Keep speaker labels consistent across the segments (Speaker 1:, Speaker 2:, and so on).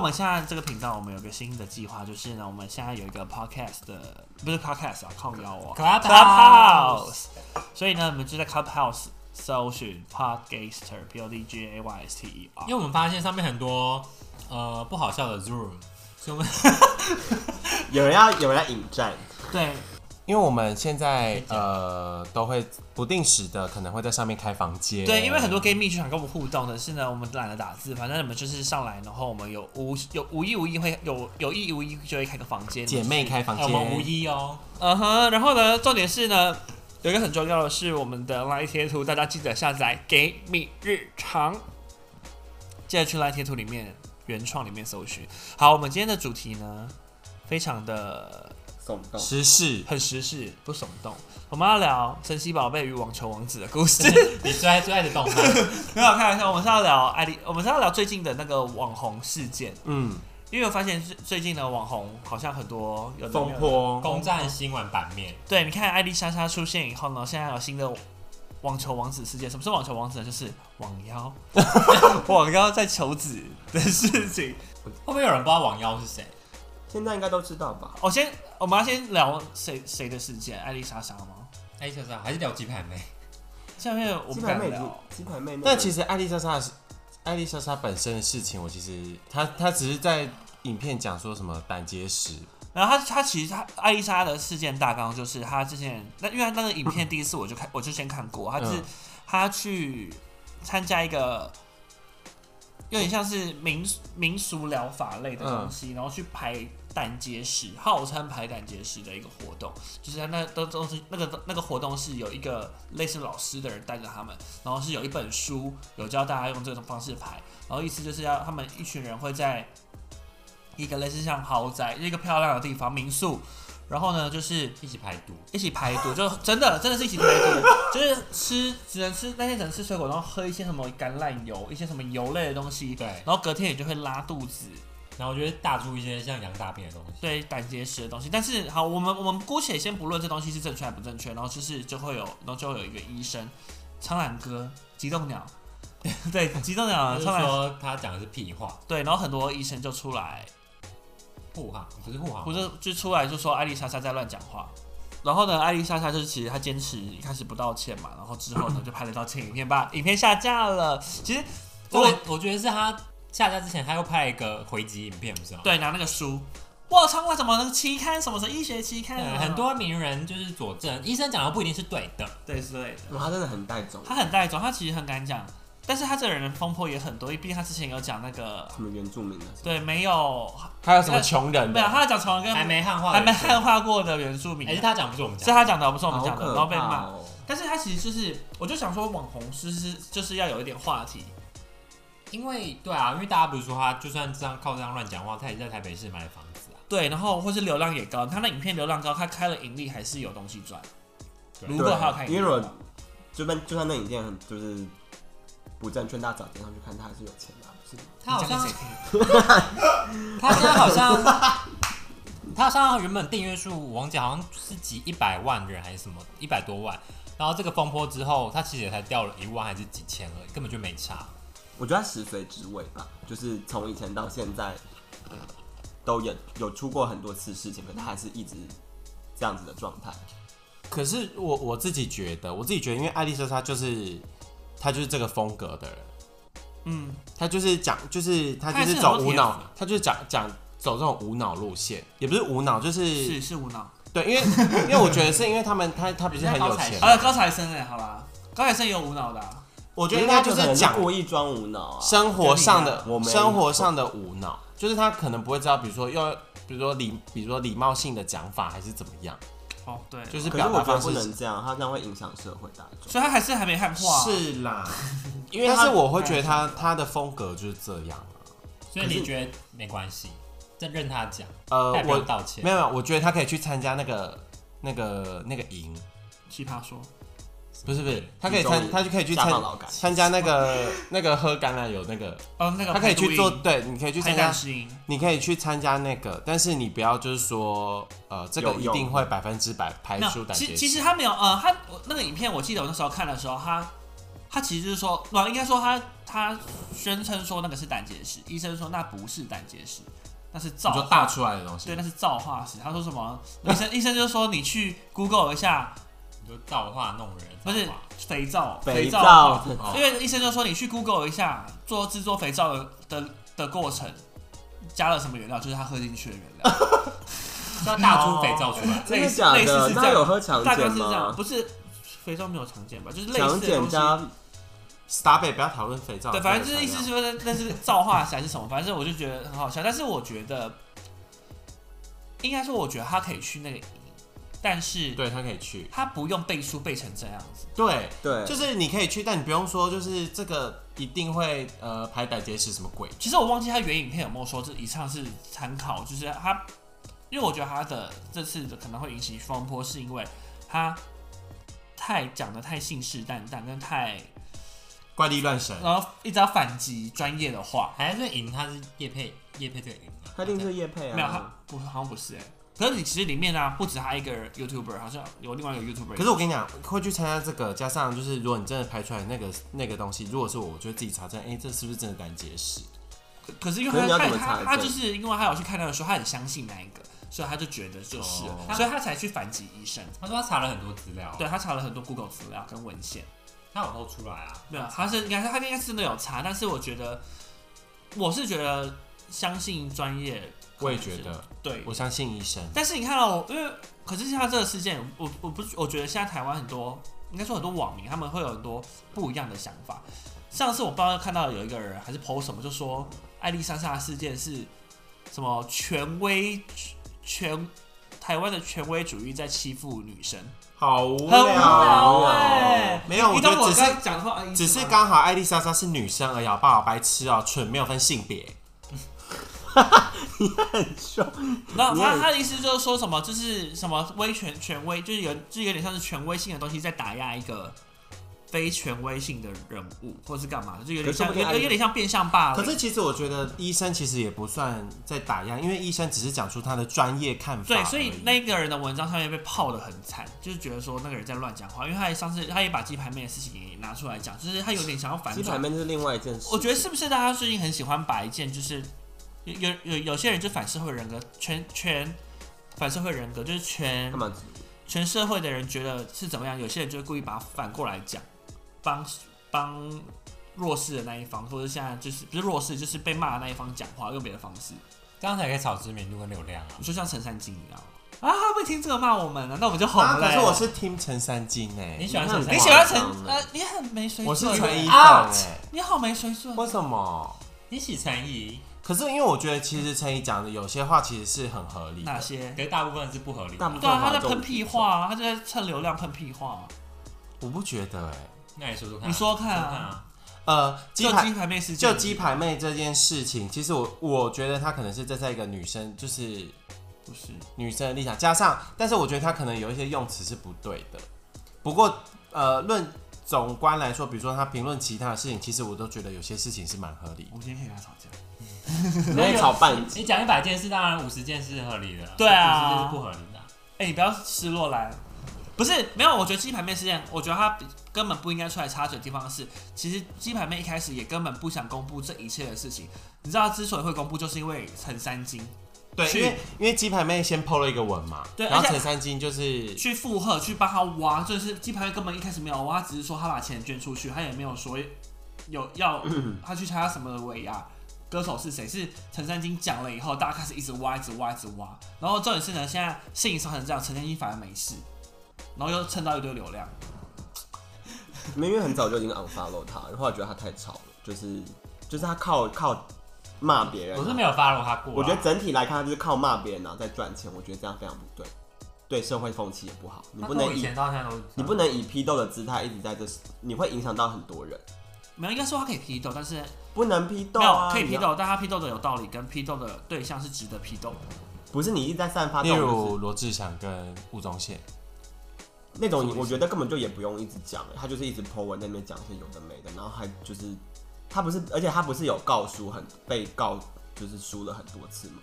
Speaker 1: 们现在这个频道，我们有个新的计划，就是呢，我们现在有一个 podcast 的，不是 podcast 啊，靠腰啊
Speaker 2: Clubhouse
Speaker 1: 所以呢，你们就在 Clubhouse 搜寻 Podgaster P O D G A Y S T E
Speaker 2: 因为
Speaker 1: R。
Speaker 2: 我们发现上面很多呃不好笑的 Zoom，所以我 们
Speaker 3: 有人要有人要引战，
Speaker 1: 对，
Speaker 4: 因为我们现在呃都会不定时的可能会在上面开房间，
Speaker 1: 对，因为很多 gay 蜜就想跟我们互动，可是呢，我们懒得打字，反正你们就是上来，然后我们有无有无意无意会有有意无意就会开个房间，
Speaker 4: 姐妹开房
Speaker 2: 呃我
Speaker 4: 间，
Speaker 2: 们无一哦，
Speaker 1: 嗯哼，然后呢，重点是呢，有一个很重要的是我们的 Line 贴图，大家记得下载给你日常，记得去 Line 贴图里面原创里面搜寻。好，我们今天的主题呢，非常的
Speaker 3: 耸动。
Speaker 4: 时事
Speaker 1: 很时事，不耸动。我们要聊《神奇宝贝与网球王子》的故 事，
Speaker 2: 你最爱最爱的动漫，
Speaker 1: 没有开玩笑，我们是要聊艾丽，我们是要聊最近的那个网红事件，
Speaker 4: 嗯，
Speaker 1: 因为我发现最最近的网红好像很多有的没有
Speaker 4: 风
Speaker 1: 的
Speaker 4: 波，
Speaker 2: 攻占新闻版面，
Speaker 1: 对，你看艾丽莎莎出现以后呢，现在有新的网球王子事件。什么是网球王子呢？就是网妖， 网妖在求子的事情。
Speaker 2: 会不会有人不知道网妖是谁？
Speaker 3: 现在应该都知道吧？
Speaker 1: 我先，我们要先聊谁谁的事件？艾丽莎莎吗？
Speaker 2: 哎，莎莎还是聊鸡排妹，
Speaker 1: 下面我
Speaker 3: 鸡
Speaker 1: 不
Speaker 3: 排
Speaker 1: 敢
Speaker 3: 妹已经
Speaker 1: 聊。
Speaker 3: 鸡排妹那个，
Speaker 4: 但其实艾丽莎莎的事，艾丽莎莎本身的事情，我其实她她只是在影片讲说什么胆结石，
Speaker 1: 然后她她其实她艾丽莎的事件大纲就是她之前那因为她那个影片第一次我就看我就先看过，她是
Speaker 4: 嗯
Speaker 1: 她去参加一个有点像是民俗民俗疗法类的东西，然后去排胆结石，号称排胆结石的一个活动，就是他那都都是那个那个活动是有一个类似老师的人带着他们，然后是有一本书有教大家用这种方式排，然后意思就是要他们一群人会在一个类似像豪宅一个漂亮的地方民宿，然后呢就是
Speaker 2: 一起排毒，
Speaker 1: 一起排毒，就真的真的是一起排毒， 就是吃只能吃那天只能吃水果，然后喝一些什么橄榄油、一些什么油类的东西，
Speaker 2: 对
Speaker 1: 然后隔天也就会拉肚子，
Speaker 2: 然后我觉得大出一些像羊大便的东西，
Speaker 1: 对胆结石的东西。但是好，我们我们姑且先不论这东西是正确还不正确，然后就是就会有，然后就会有一个医生，苍兰哥，激动鸟， 对，激动鸟，
Speaker 2: 就是
Speaker 1: 苍兰，
Speaker 2: 说他讲的是屁话，
Speaker 1: 对，然后很多医生就出来
Speaker 2: 护航不是护航，
Speaker 1: 不是就出来就说艾丽莎莎在乱讲话。然后呢，艾丽莎莎就是其实她坚持一开始不道歉嘛，然后之后呢就拍了道歉影片，把影 片下架了。其实
Speaker 2: 我
Speaker 1: 我
Speaker 2: 我觉得是他下架之前，他又拍了一个回击影片，不是吗？
Speaker 1: 对拿那个书，我操，为什么那个期刊什么什么医学期刊、
Speaker 2: 嗯，
Speaker 1: 啊，
Speaker 2: 很多名人就是佐证，医生讲的不一定是对的。
Speaker 1: 对之类的。
Speaker 3: 哇，他真的很带走
Speaker 1: 他很带种，他其实很敢讲，但是他这个人风波也很多，因为毕竟他之前有讲那个
Speaker 3: 什么原住民的，啊
Speaker 1: 对没有
Speaker 4: 还有什么穷人
Speaker 1: 没有，
Speaker 4: 的，
Speaker 1: 他讲从跟
Speaker 2: 还没汉化，
Speaker 1: 还没汉，化过的原住民啊
Speaker 2: 还，是他讲不是我们
Speaker 1: 是
Speaker 2: 讲，
Speaker 1: 他讲的，不是我们
Speaker 3: 好
Speaker 1: 讲的，
Speaker 3: 可
Speaker 1: 然后被
Speaker 3: 怕
Speaker 1: 骂。
Speaker 3: 哦！
Speaker 1: 但是他其实就是，我就想说，网红是是就是要有一点话题，
Speaker 2: 因为对啊，因为大家不是说他就算这样靠这样乱讲话，他也是在台北市买的房子啊。
Speaker 1: 对，然后或是流量也高，他那影片流量高，他开了盈利还是有东西赚。
Speaker 2: 对
Speaker 1: 如果他有开
Speaker 3: 对啊
Speaker 1: 影
Speaker 3: 因为
Speaker 1: 片
Speaker 3: 如
Speaker 1: 的
Speaker 3: 果
Speaker 1: 话，
Speaker 3: 就算就算那影片很就是不正劝大家早点上去看，他还是有钱的啊，不是吗？
Speaker 2: 他好
Speaker 1: 你讲
Speaker 2: 像
Speaker 1: 给谁听
Speaker 2: 他现在好像他好像原本订阅数我忘记好像是几一百万人还是什么一百多万，然后这个风波之后，他其实也才掉了一万还是几千而已，根本就没差。
Speaker 3: 我觉得他食髓知味吧，就是从以前到现在都有有出过很多次事情，可他还是一直这样子的状态。
Speaker 4: 可是我我自己觉得，我自己觉得，因为艾丽莎莎就是她就是这个风格的人，
Speaker 1: 嗯，
Speaker 4: 她就是讲，就是她
Speaker 1: 她还
Speaker 4: 就是是走
Speaker 1: 很多
Speaker 4: 无
Speaker 1: 铁
Speaker 4: 脑，她就是讲讲走这种无脑路线，也不是无脑，就是
Speaker 1: 是是无脑，
Speaker 4: 对，因为因为我觉得是因为他们他他不是很有钱
Speaker 2: 人家高材，
Speaker 1: 啊，高材生哎，好啦，高材生也有无脑的啊、
Speaker 4: 我
Speaker 3: 我
Speaker 4: 觉得他就
Speaker 3: 可能
Speaker 4: 是讲
Speaker 3: 故意装无脑啊，
Speaker 4: 生活上
Speaker 1: 跟
Speaker 4: 的
Speaker 3: 一样我没
Speaker 4: 生活上的无脑，就是他可能不会知道，比如说要，比如说礼，比如说礼貌性的讲法还是怎么样，
Speaker 1: 哦，对，
Speaker 4: 就
Speaker 1: 就是
Speaker 3: 可是
Speaker 4: 表
Speaker 3: 我
Speaker 4: 达
Speaker 3: 觉得
Speaker 4: 方
Speaker 3: 不
Speaker 4: 式
Speaker 3: 能这样，他这样会影响社会大众。
Speaker 1: 所以他还是还没汉化、啊。
Speaker 4: 是啦，
Speaker 3: 因为他
Speaker 4: 但是我会觉得他他的风格就是这样啊
Speaker 2: 所以
Speaker 3: 可是
Speaker 2: 你觉得没关系，再任他讲，
Speaker 4: 呃
Speaker 2: 代，表
Speaker 4: 我
Speaker 2: 道歉
Speaker 4: 没。有，没有我觉得他可以去参加那个那个那个营，
Speaker 1: 奇葩说，
Speaker 4: 不是不是，他可
Speaker 3: 集
Speaker 4: 以
Speaker 3: 中
Speaker 4: 参
Speaker 3: 营
Speaker 4: 他就可以去
Speaker 3: 下
Speaker 4: 参
Speaker 3: 放劳改
Speaker 4: 参加那个那个喝橄榄油那个，
Speaker 1: 哦，那个
Speaker 4: 他可
Speaker 1: 排
Speaker 4: 以
Speaker 1: 毒
Speaker 4: 去做，
Speaker 1: 营
Speaker 4: 对，你可以去
Speaker 1: 排
Speaker 4: 参
Speaker 1: 胆
Speaker 4: 加
Speaker 1: 石营，
Speaker 4: 你可以去参加那个，但是你不要就是说，呃，这个
Speaker 3: 有
Speaker 4: 一
Speaker 3: 用
Speaker 4: 定会百分之百排
Speaker 1: 没
Speaker 4: 除
Speaker 1: 有，
Speaker 4: 胆
Speaker 1: 其
Speaker 4: 结
Speaker 1: 其
Speaker 4: 石。
Speaker 1: 实他没有，呃，他我那个影片我记得我那时候看的时候，他他其实是说，那应该说他他宣称说那个是胆结石，医生说那不是胆结石，那是
Speaker 4: 你
Speaker 1: 造
Speaker 4: 说
Speaker 1: 化
Speaker 4: 大出来的东西
Speaker 1: 对，那，是造化石。他说什么？医生医生就说你去 Google 一下，
Speaker 2: 你就造化弄人，
Speaker 1: 不是
Speaker 2: 造化
Speaker 1: 肥皂，
Speaker 3: 肥
Speaker 1: 皂啊
Speaker 3: 皂，
Speaker 2: 哦
Speaker 1: 因为医生就说你去 Google 一下做制作肥皂的的的过程，加了什么原料，就是他喝进去的原料，
Speaker 2: 是要大
Speaker 1: 哦
Speaker 2: 出肥皂出来。
Speaker 3: 真
Speaker 1: 类
Speaker 3: 的
Speaker 1: 似
Speaker 3: 假
Speaker 1: 类似
Speaker 3: 的
Speaker 1: 是？这
Speaker 3: 那有
Speaker 1: 样，
Speaker 3: 喝强
Speaker 1: 大概
Speaker 3: 碱
Speaker 1: 是这样，
Speaker 3: 吗？
Speaker 1: 不是肥皂没有常见吧，就是类
Speaker 3: 强
Speaker 1: 似的
Speaker 3: 碱
Speaker 1: 东西。
Speaker 3: 加
Speaker 4: 打北不要讨论肥皂。
Speaker 1: 对，反正就是意思是说那那是造化还是什么，反正我就觉得很好笑。但是我觉得，应该说我觉得他可以去那个营，但是
Speaker 4: 对他可以去，
Speaker 1: 他不用背书背成这样子。
Speaker 4: 对，
Speaker 3: 对，
Speaker 4: 就是你可以去，但你不用说，就是这个一定会呃排胆结石什么鬼。
Speaker 1: 其实我忘记他原影片有没有说这以上是参考，就是他，因为我觉得他的这次的可能会引起风波，是因为他太讲的太信誓旦旦，跟太
Speaker 4: 怪力乱神，
Speaker 1: 然后一直要反击专业的话，
Speaker 2: 还是赢，他是叶配叶配这个赢啊，
Speaker 3: 他一定是叶配啊，
Speaker 1: 没有他不好像不是哎、可是你其实里面呢、啊不止他一个 YouTuber，好像有另外一个 YouTuber 也。
Speaker 4: 可是我跟你讲，会去参加这个，加上就是，如果你真的排出来那个那个东西，如果是我，我就会自己查证，哎、这是不是真的胆结石？
Speaker 1: 可是因
Speaker 3: 可
Speaker 1: 为
Speaker 3: 是
Speaker 1: 他
Speaker 3: 你要
Speaker 1: 他
Speaker 3: 怎么
Speaker 1: 他
Speaker 3: 查
Speaker 1: 他
Speaker 3: 证
Speaker 1: 就是因为他有去看那个书，他很相信那一个，所以他就觉得就是了，
Speaker 4: 哦
Speaker 1: 所以他才去反击医生。
Speaker 2: 他说他查了很多资料，
Speaker 1: 对，他查了很多 Google 资料跟文献，
Speaker 2: 他有偷出来啊，
Speaker 1: 没有，他是应该是他应该是真的有查，但是我觉得我是觉得相信专业，
Speaker 4: 我也觉得，
Speaker 1: 对
Speaker 4: 我。相信医生。
Speaker 1: 嗯但是你看到、我，因为可是像这个事件，我我不我觉得现在台湾很多应该说很多网民他们会有很多不一样的想法。上次我不知道看到有一个人还是 PO 什么，就说艾丽莎莎事件是什么权威权台湾的权威主义在欺负女生，
Speaker 4: 好无
Speaker 1: 很无聊
Speaker 3: 啊
Speaker 1: 哎、
Speaker 4: 没有
Speaker 1: 你
Speaker 4: 我
Speaker 1: 懂
Speaker 4: 觉得
Speaker 1: 我
Speaker 4: 只是
Speaker 1: 刚才讲的话，
Speaker 4: 只是刚好艾丽莎莎是女生而已，好不好？白痴哦、蠢没有分性别。
Speaker 1: 然后他
Speaker 3: 你也
Speaker 1: 他的意思就是说什么，就是什么威权权威，就是有就是有点像是权威性的东西在打压一个非权威性的人物，或是干嘛，就有点像
Speaker 3: 可
Speaker 1: 有
Speaker 3: 是说不定
Speaker 1: 有有点像变相霸
Speaker 4: 可
Speaker 1: 凌。
Speaker 4: 是其实我觉得医生其实也不算在打压，因为医生只是讲出他的专业看法而已。
Speaker 1: 对，所以那个人的文章上面被泡的很惨，就是觉得说那个人在乱讲话，因为他上次他也把鸡排妹的事情也拿出来讲，就是他有点想要反
Speaker 3: 鸡排
Speaker 1: 转。
Speaker 3: 妹是另外一件事。
Speaker 1: 我觉得是不是大家最近很喜欢把一件就是有有有有些人就反社会人格，全全反社会人格就是全
Speaker 3: 干嘛？
Speaker 1: 全社会的人觉得是怎么样，有些人就会故意把它反过来讲，帮帮弱势的那一方，或者现在就是不是弱势，就是被骂的那一方讲话，用别的方式。
Speaker 2: 这样才可以炒知名度跟流量啊。
Speaker 1: 你说像陈三金一样啊，他会听这个骂我们啊，那我们就红
Speaker 4: 啊，
Speaker 1: 了、
Speaker 4: 可是我是听陈三金哎、
Speaker 2: 你喜欢陈
Speaker 3: 你
Speaker 1: 你
Speaker 2: 三
Speaker 3: 看
Speaker 2: 金
Speaker 1: 喜欢
Speaker 3: 夸
Speaker 1: 陈
Speaker 3: 张了
Speaker 1: 呃，你很没水准，
Speaker 4: 我是陈一
Speaker 1: 一，
Speaker 4: 栋哎、
Speaker 1: 你好没水准。
Speaker 4: 为什么？
Speaker 2: 你喜陈怡，
Speaker 4: 可是因为我觉得其实陈怡讲的有些话其实是很合理
Speaker 1: 哪
Speaker 4: 的，
Speaker 1: 些
Speaker 2: 可？是大部分是不合理
Speaker 3: 大
Speaker 2: 的。
Speaker 3: 部
Speaker 1: 对
Speaker 3: 分
Speaker 1: 啊，他
Speaker 3: 哗
Speaker 1: 在
Speaker 3: 众
Speaker 1: 喷
Speaker 3: 取
Speaker 1: 屁
Speaker 3: 宠
Speaker 1: 话、啊，他就在蹭流量喷屁话啊、
Speaker 4: 我不觉得哎、
Speaker 2: 那你说说看啊，
Speaker 1: 你说看啊
Speaker 2: 说啊，
Speaker 4: 呃，鸡
Speaker 1: 就
Speaker 4: 排
Speaker 1: 鸡排妹事件，
Speaker 4: 就鸡排妹这件事情，其实我我觉得她可能是站在一个女生，就是
Speaker 1: 不是
Speaker 4: 女生的立场，加上，但是我觉得她可能有一些用词是不对的。不过，呃，论总观来说，比如说她评论其他的事情，其实我都觉得有些事情是蛮合理的
Speaker 1: 我。们今天可以跟他吵架。
Speaker 3: 你可以炒半
Speaker 2: 你讲一百件事，当然五十件是合理的，
Speaker 1: 对啊
Speaker 2: 50件是不合理的啊。
Speaker 1: 哎、你不要失落来。不是，没有，我觉得鸡排妹事件，我觉得她根本不应该出来插嘴的地方是，其实鸡排妹一开始也根本不想公布这一切的事情。你知道，她之所以会公布，就是因为陈三金
Speaker 4: 对，
Speaker 1: 去
Speaker 4: 因为因为鸡排妹先 PO 了一个文嘛，
Speaker 1: 对
Speaker 4: 然后
Speaker 1: 而且
Speaker 4: 陈三金就是
Speaker 1: 去附和，去帮她挖，就是鸡排妹根本一开始没有挖，她只是说她把钱捐出去，她也没有说有要她去参加什么的尾牙。歌手是谁？是陈三金讲了以后，大家开始一直挖，一直挖，一直挖。然后重点是呢，现在事情烧成这样，陈三金反而没事，然后又蹭到一堆流量。
Speaker 3: 明明很早就已经 unfollow 他，然后我觉得他太吵了，就是就是他靠靠骂别人啊、
Speaker 2: 我是没有 follow 他过啊，
Speaker 3: 我觉得整体来看，他就是靠骂别人然后再赚钱，我觉得这样非常不对，对社会风气也不好。你
Speaker 2: 他
Speaker 3: 不
Speaker 2: 跟我
Speaker 3: 能
Speaker 2: 以
Speaker 3: 以
Speaker 2: 前到现在都是这样
Speaker 3: 你不能以批斗的姿态一直在这，你会影响到很多人。
Speaker 1: 没有，应该说他可以批斗，但是
Speaker 3: 不能批斗
Speaker 1: 没有
Speaker 3: 啊，
Speaker 1: 可以批
Speaker 3: 你要，
Speaker 1: 斗，但他批斗的有道理，跟批斗的对象是值得批斗的。
Speaker 3: 不是你一直在散发
Speaker 4: 例
Speaker 3: 这种
Speaker 4: 如
Speaker 3: 就是
Speaker 4: 罗志祥跟吴宗宪，
Speaker 3: 那种，我觉得根本就也不用一直讲，欸他就是一直 po 文在那边讲一些有的没的，然后还就是他不是，而且他不是有告输很被告，就是输了很多次嘛。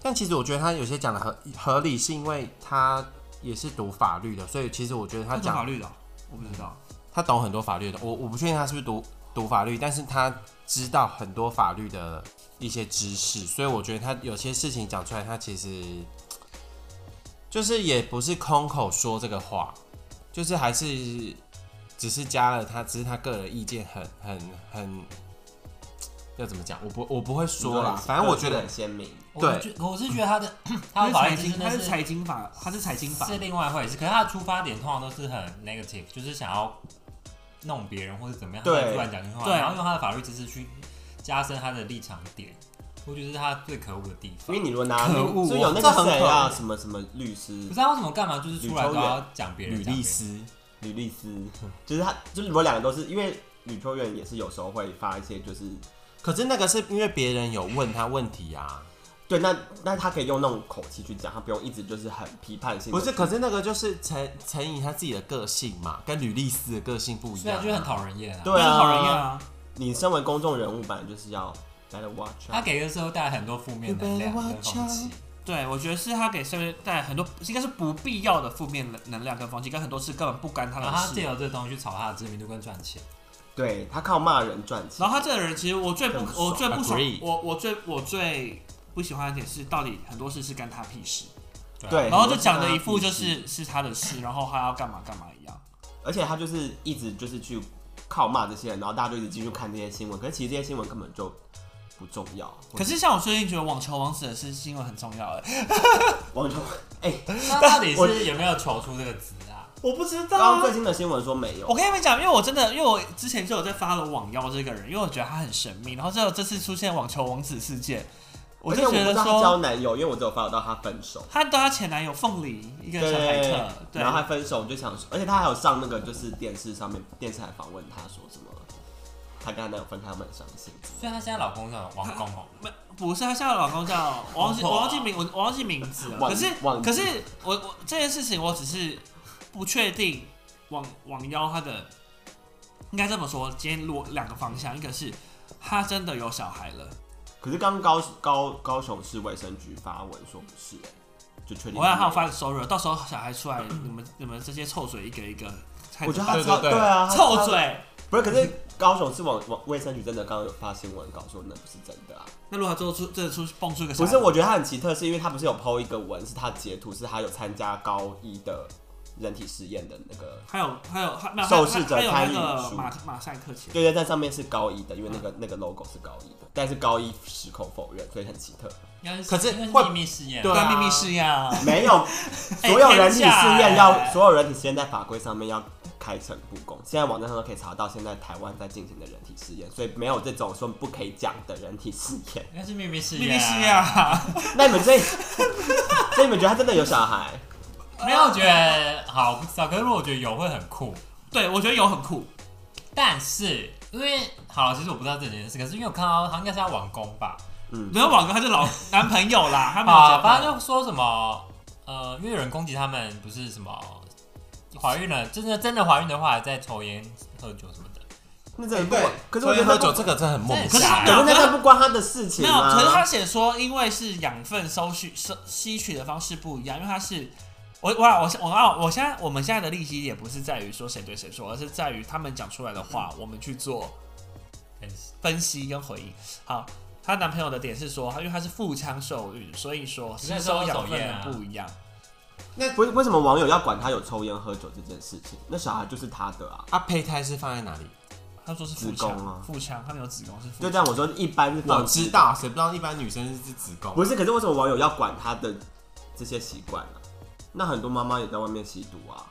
Speaker 4: 但其实我觉得他有些讲的合合理，是因为他也是读法律的，所以其实我觉得他
Speaker 1: 他懂
Speaker 4: 讲
Speaker 1: 法律的哦，我不知道。
Speaker 4: 他他懂很多法律的，我我不确定他是不是读读法律，但是他知道很多法律的一些知识，所以我觉得他有些事情讲出来，他其实就是也不是空口说这个话，就是还是只是加了他，只是他个人意见很很很。要怎么讲？我不，我不会说啦。反正我觉得
Speaker 3: 很鲜明。
Speaker 2: 我
Speaker 4: 对
Speaker 2: 是觉我是觉得他的他
Speaker 1: 他
Speaker 2: 的
Speaker 1: 是
Speaker 2: 法
Speaker 1: 财
Speaker 2: 律知
Speaker 1: 经，
Speaker 2: 识
Speaker 1: 他
Speaker 2: 真
Speaker 1: 是
Speaker 2: 的
Speaker 1: 财经法，他是财经法，
Speaker 2: 是另外一回事，可是他的出发点通常都是很 negative，就是想要弄别人或者怎么样，他
Speaker 3: 对
Speaker 2: 突然讲句话，
Speaker 1: 对
Speaker 2: 然后用他的法律知识去加深他的立场点，我觉得是他最可恶的地
Speaker 3: 因
Speaker 2: 方
Speaker 3: 为。你如果拿，
Speaker 1: 可恶
Speaker 3: 所以有那
Speaker 4: 这
Speaker 3: 个
Speaker 4: 很可恶
Speaker 3: 谁啊，什么什么律师
Speaker 2: 不知道为什么干嘛，就是出来
Speaker 3: 吕
Speaker 2: 都
Speaker 3: 秋远
Speaker 2: 要讲别人
Speaker 4: 吕
Speaker 2: 讲别
Speaker 4: 律
Speaker 2: 人
Speaker 4: 师，
Speaker 3: 吕律师，就是他，就是如果两个都是，因为吕秋远也是有时候会发一些，就是
Speaker 4: 可是那个是因为别人有问他问题啊，
Speaker 3: 对，那那他可以用那种口气去讲，他不用一直就是很批判性
Speaker 4: 不
Speaker 3: 地去。
Speaker 4: 是？可是那个就是陈陈怡他自己的个性嘛，跟吕律师的个性不一
Speaker 2: 虽
Speaker 4: 样、
Speaker 2: 然就是很讨人厌啊。
Speaker 3: 对
Speaker 1: 那
Speaker 3: 啊，
Speaker 1: 很讨人厌啊。
Speaker 3: 你身为公众人物，本来就是要 better watch
Speaker 2: 他
Speaker 3: 啊。
Speaker 2: 给的社会带来很多负面能量
Speaker 4: You better
Speaker 2: 跟风
Speaker 4: watch
Speaker 2: 气
Speaker 4: out，
Speaker 1: 对，我觉得是他给社会带来很多，应该是不必要的负面能能量跟风气，跟很多事根本不干他
Speaker 2: 然后
Speaker 1: 的
Speaker 2: 啊他借
Speaker 1: 事。
Speaker 2: 由这东西去炒他的知名度跟赚 钱。
Speaker 3: 对他靠骂人赚钱
Speaker 1: 然，后他这个人，其实我最不
Speaker 3: 更，爽
Speaker 1: 我最不爽
Speaker 4: agree，
Speaker 1: 我我最我最不喜欢的点是，到底很多事是干他屁事，
Speaker 3: 对，啊
Speaker 1: 然后就讲的一副
Speaker 3: 很多
Speaker 1: 就
Speaker 3: 事情，
Speaker 1: 是是他的事，然后他要干嘛干嘛一样。
Speaker 3: 而且他就是一直就是去靠骂这些人，然后大家就一直进去看这些新闻，可是其实这些新闻根本就不重要。
Speaker 1: 可是像我最近觉得网球王子的事新闻很重要，哎，
Speaker 3: 网球，哎、
Speaker 2: 那到底
Speaker 3: 我
Speaker 2: 是有没有求出这个值啊？
Speaker 1: 我不知
Speaker 3: 刚刚
Speaker 1: 啊
Speaker 3: 最新的新闻说没有
Speaker 1: 我，跟你们讲，因为我真的，因为我之前就有在发了网妖这个人，因为我觉得他很神秘，然后只有这次出现网球王子事件，我就
Speaker 3: 而且
Speaker 1: 觉
Speaker 3: 不
Speaker 1: 得
Speaker 3: 知道他交
Speaker 1: 说
Speaker 3: 男友，因为我只有发到他分手。
Speaker 1: 他跟他前男友凤梨一个
Speaker 3: 对
Speaker 1: 小孩特，对
Speaker 3: 然后他分手，我就想说，而且他还有上那个就是电视上面，电视还访问他说什么，他跟他男友分开，他们很伤心。
Speaker 2: 所以她现在老公叫王公哦，
Speaker 1: 没不是他现在老公叫我忘记
Speaker 2: 王
Speaker 1: 我
Speaker 2: 后
Speaker 1: 忘
Speaker 2: 啊
Speaker 1: 记名我我忘记名字了，
Speaker 3: 忘
Speaker 1: 可是
Speaker 3: 忘记
Speaker 1: 可是我我这件事情我只是不确定网网妖他的应该这么说，今天落两个方向，一个是他真的有小孩了，
Speaker 3: 可是刚高高高雄市卫生局发文说不是、欸，就确定。
Speaker 1: 我要他有发，个收入，到时候小孩出来，你们你们这些臭嘴一个一个，
Speaker 3: 我觉得他
Speaker 4: 对
Speaker 3: 超
Speaker 4: 对对
Speaker 3: 啊，他
Speaker 1: 臭，嘴。
Speaker 3: 不是？可是高雄市网网卫生局真的刚刚有发新闻稿说那不是真的啊，
Speaker 1: 那如果他最后出真的出蹦出一个小
Speaker 3: 不
Speaker 1: 孩，
Speaker 3: 是？我觉得他很奇特，是因为他不是有 PO 一个文，是他截图，是他有参加高一的人体试验的那个
Speaker 1: 还有还有还没有
Speaker 3: 受试者
Speaker 1: 还有还有
Speaker 3: 参与
Speaker 1: 那个
Speaker 3: 书
Speaker 1: 马马赛克球，
Speaker 3: 对啊对，在上面是高一的，因为
Speaker 1: 嗯
Speaker 3: 那个那个 logo 是高一的，但是高一矢口否认，所以很奇 特。
Speaker 2: 应该
Speaker 4: 可是
Speaker 2: 应该
Speaker 4: 会
Speaker 2: 秘密试验，
Speaker 4: 对啊
Speaker 1: 关秘密试呀，
Speaker 3: 没有，
Speaker 1: 哎
Speaker 3: 所有人体
Speaker 1: 天价
Speaker 3: 试验
Speaker 1: 哎
Speaker 3: 要，所有人体试验在法规上面要开诚布公。现在网站上都可以查到现在台湾在进行的人体试验，所以没有这种说不可以讲的人体试验。
Speaker 2: 应该是秘密啊试
Speaker 1: 秘
Speaker 2: 验，
Speaker 1: 密试，
Speaker 4: 啊
Speaker 1: 啊 呀，
Speaker 3: 那你们这， 所以你们觉得他真的有小孩？
Speaker 2: 没有我觉得好不知道，可是如果我觉得有会很酷，
Speaker 1: 对我觉得有很酷，
Speaker 2: 但是因为好了，其实我不知道这件事，可是因为我看到他应该是他网公吧，
Speaker 3: 嗯，
Speaker 1: 没有网哥他是老男朋友啦，他没有
Speaker 2: 啊，
Speaker 1: 结
Speaker 2: 反
Speaker 1: 婚，
Speaker 2: 正就说什么呃，因为有人攻击他们不是什么怀孕了，真的真的怀孕的话还在抽烟喝酒什么的，
Speaker 3: 那这不
Speaker 4: 对
Speaker 3: 管，可是我觉得
Speaker 4: 喝
Speaker 3: 他
Speaker 4: 酒
Speaker 3: 不
Speaker 4: 这个真的很莫名
Speaker 2: 可
Speaker 4: 其
Speaker 2: 是
Speaker 4: 妙。
Speaker 2: 他
Speaker 3: 可是那个不关他的事情
Speaker 1: 没有，
Speaker 3: 啊。
Speaker 1: 可是他写说因为是养分收取收吸取的方式不一样，因为他是。我我我我哦我我现在我们现在的利息也不是在于说谁对谁错，而是在于他们讲出来的话，我们去做
Speaker 2: 但是
Speaker 1: 分析跟回应。好，她男朋友的点是说，因为她是腹腔受孕，所以说
Speaker 2: 是在
Speaker 1: 吸
Speaker 2: 受
Speaker 1: 收
Speaker 2: 孕
Speaker 1: 养
Speaker 2: 手验啊
Speaker 1: 分不一样。
Speaker 3: 为为什么网友要管他有抽烟喝酒这件事情？那小孩就是他的啊。
Speaker 4: 啊，胚胎是放在哪里？
Speaker 1: 她说是腹
Speaker 3: 子宫
Speaker 1: 腔
Speaker 3: 啊，
Speaker 1: 腹腔，她没有子宫是腹
Speaker 3: 就
Speaker 1: 腔。
Speaker 3: 但我说一般是
Speaker 4: 我
Speaker 3: 放
Speaker 4: 知
Speaker 3: 置
Speaker 4: 道，谁不知道一般女生是子宫？
Speaker 3: 不是，可是为什么网友要管他的这些习惯呢？那很多妈妈也在外面吸毒啊，